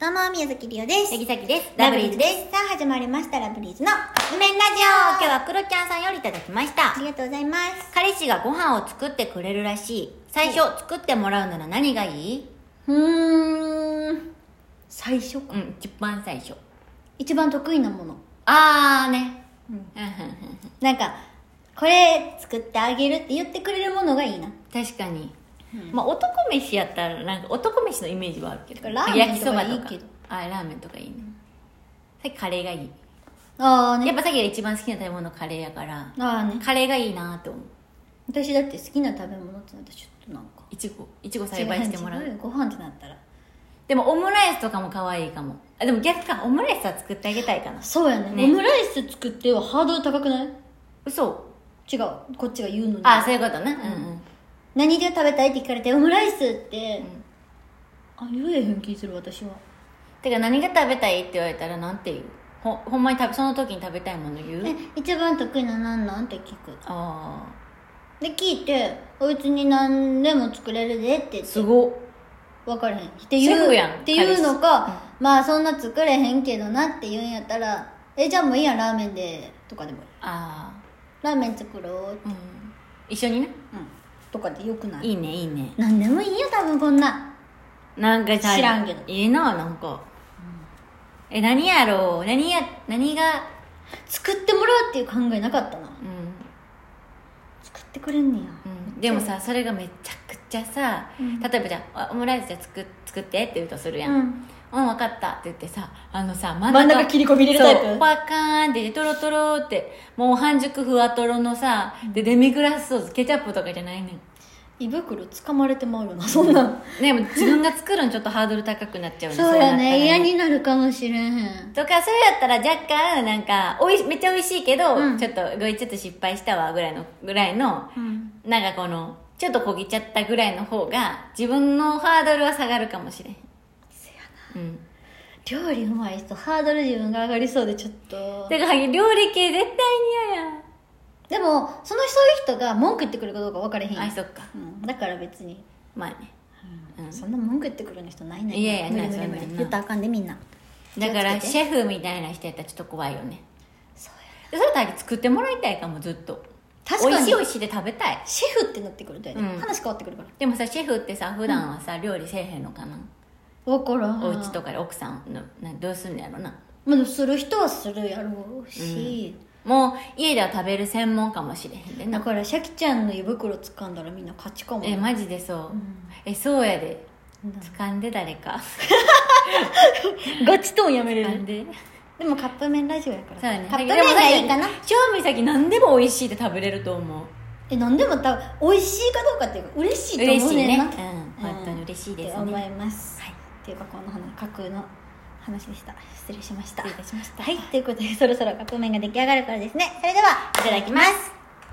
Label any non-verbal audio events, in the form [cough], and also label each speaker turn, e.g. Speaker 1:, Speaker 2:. Speaker 1: どうも、宮崎りおです。
Speaker 2: ヤギサキです。
Speaker 1: ラブリーズです。さあ、始まりました、ラブリーズの、うめんラ
Speaker 2: 今
Speaker 1: ジ
Speaker 2: 日
Speaker 1: オ
Speaker 2: はクロちゃんさんよりいただきまし
Speaker 1: あ
Speaker 2: た。
Speaker 1: りがとうございます。
Speaker 2: 彼氏がご飯を作ってくれるらしい。最初、作ってもらうなら何がいいう
Speaker 1: ーん、最初
Speaker 2: うん、一番最初。
Speaker 1: 一番得意なもの。
Speaker 2: あーね。
Speaker 1: うん
Speaker 2: うんうんうん
Speaker 1: なんか、これ作ってあげるって言ってくれるものがいいな。
Speaker 2: 確かに。
Speaker 1: うん
Speaker 2: まあ、男飯やったら、なんか男飯のイメージはあるけど。
Speaker 1: ラーメンとかいいけど
Speaker 2: 焼きそばあー、ラーメンとかいいね。さっきカレーがいい。
Speaker 1: ああ
Speaker 2: や
Speaker 1: ね。
Speaker 2: っぱさっきが一番好きな食べ物カレーやから、
Speaker 1: ああね。
Speaker 2: カレーがいいなって思う。
Speaker 1: 私だって好きな食べ物ってなったらちょっとなんか。
Speaker 2: いちご、いちご栽培してもら
Speaker 1: 違
Speaker 2: う
Speaker 1: 違。よご飯ってなったら。
Speaker 2: でもオムライスとかも可愛いかも。あ、でも逆か、オムライスは作ってあげたいかな。
Speaker 1: そうやね。
Speaker 2: ね
Speaker 1: オムライス作ってはハードル高くない
Speaker 2: 嘘
Speaker 1: 違う。こっちが言うのに。
Speaker 2: あそういうことねうんうん
Speaker 1: 何で食べたいって聞かれて、オムライスって、あ、言えへん気する私は。
Speaker 2: てか何が食べたいって言われたらなんて言うほほんまに食べその時に食べたいもの言う
Speaker 1: え、一番得意ななんなんって聞く。
Speaker 2: あ
Speaker 1: で、聞いて、おうちに何でも作れるでって言っ
Speaker 2: あ
Speaker 1: て
Speaker 2: すごっ
Speaker 1: 分からへん。って言
Speaker 2: シェ
Speaker 1: う、
Speaker 2: フやん
Speaker 1: って言うのか、まあそんな作れへんけどなって言うんやったら、え、じゃあもういいやん、ラーメンで、とかでもいい。
Speaker 2: あ
Speaker 1: ラーメン作ろう。
Speaker 2: あうん一緒にね
Speaker 1: うん。とかでよくない
Speaker 2: いいねいいね
Speaker 1: 何でもいいよ、多分こんな。
Speaker 2: なんかさ
Speaker 1: 知らんけど
Speaker 2: いいななんか、え何やろう何や何が
Speaker 1: 作ってもらうっていう考えなかったな。
Speaker 2: うん
Speaker 1: 作ってくれんねや。
Speaker 2: うんでもさそれがめちゃくちゃさ、
Speaker 1: うん
Speaker 2: 例えばじゃああオムライスじゃあ作作ってって言うとするや
Speaker 1: う
Speaker 2: ん、うんん分かったって言ってさあのさ真
Speaker 1: 真ん中切り込み入れるタイプ
Speaker 2: そうパカーンってトロトロってもう半熟ふわとろのさでデミグラスソースケチャップとかじゃないねん
Speaker 1: 胃袋つかまれてまうよな、 [laughs] そんなん。
Speaker 2: でも自分が作るのちょっとハードル高くなっちゃうね
Speaker 1: そうやね。嫌
Speaker 2: 嫌
Speaker 1: になるかもしれへん。
Speaker 2: とかそれやったら若干なんかおいしめっちゃ美味しいけど、
Speaker 1: うん
Speaker 2: ちょっとごめんちょっと失敗したわぐらいのぐらいの
Speaker 1: うん。
Speaker 2: なんかこのちょっとこぎちゃったぐらいの方が自分のハードルは下がるかもしれんうん
Speaker 1: 料理うまい人、ハードル自分が上がりそうでちょっと。
Speaker 2: だから料理系絶対に嫌や
Speaker 1: でも、そのそういう人が文句言ってくるかどうか分からへんやん
Speaker 2: あそっか
Speaker 1: うん、だから別に、
Speaker 2: まあねうん
Speaker 1: そんな文句言ってくるような人ないね
Speaker 2: いやいや
Speaker 1: 無理
Speaker 2: な
Speaker 1: 無
Speaker 2: い
Speaker 1: 理無
Speaker 2: そんな
Speaker 1: 理
Speaker 2: ん
Speaker 1: 言ったらあかんでみんな
Speaker 2: だから
Speaker 1: 気
Speaker 2: シ
Speaker 1: をつけて
Speaker 2: ェフみたいな人やったらちょっと怖いよね
Speaker 1: そうや
Speaker 2: それだけ作ってもらいたいかもずっと
Speaker 1: 確かに
Speaker 2: 美味しい美味しいで食べたい
Speaker 1: シェフってなってくるとやで、
Speaker 2: うん
Speaker 1: 話変わってくるから
Speaker 2: でもさシェフってさ普段はさ、料理せえへんのかな
Speaker 1: 分からん
Speaker 2: お家とかで奥さんのなどうすんのやろな
Speaker 1: まあでもする人はするやろうし、
Speaker 2: もう家では食べる専門かもしれへんで
Speaker 1: だ
Speaker 2: な
Speaker 1: からシャキちゃんの胃袋掴んだらみんな勝ちかも
Speaker 2: えマジでそう、
Speaker 1: ん
Speaker 2: えそうやで
Speaker 1: うん
Speaker 2: 掴んで誰か
Speaker 1: ガチトーンやめれ
Speaker 2: 掴
Speaker 1: る
Speaker 2: んで
Speaker 1: でもカップ麺ラジオやから
Speaker 2: そうやね
Speaker 1: カップ麺がいいかな
Speaker 2: 正味先何でも美味しいで食べれると思う
Speaker 1: え何でも多分美味しいかどうかっていうか嬉しいと
Speaker 2: 嬉
Speaker 1: 思う
Speaker 2: しい
Speaker 1: ねん
Speaker 2: ね
Speaker 1: な
Speaker 2: うん本当に嬉しいですね
Speaker 1: って思います、
Speaker 2: はい
Speaker 1: っていうかこの話架空の話でした失礼しました
Speaker 2: 失礼いたしました
Speaker 1: はいということでそろそろカップ麺が出来上がるからですねそれではいただきます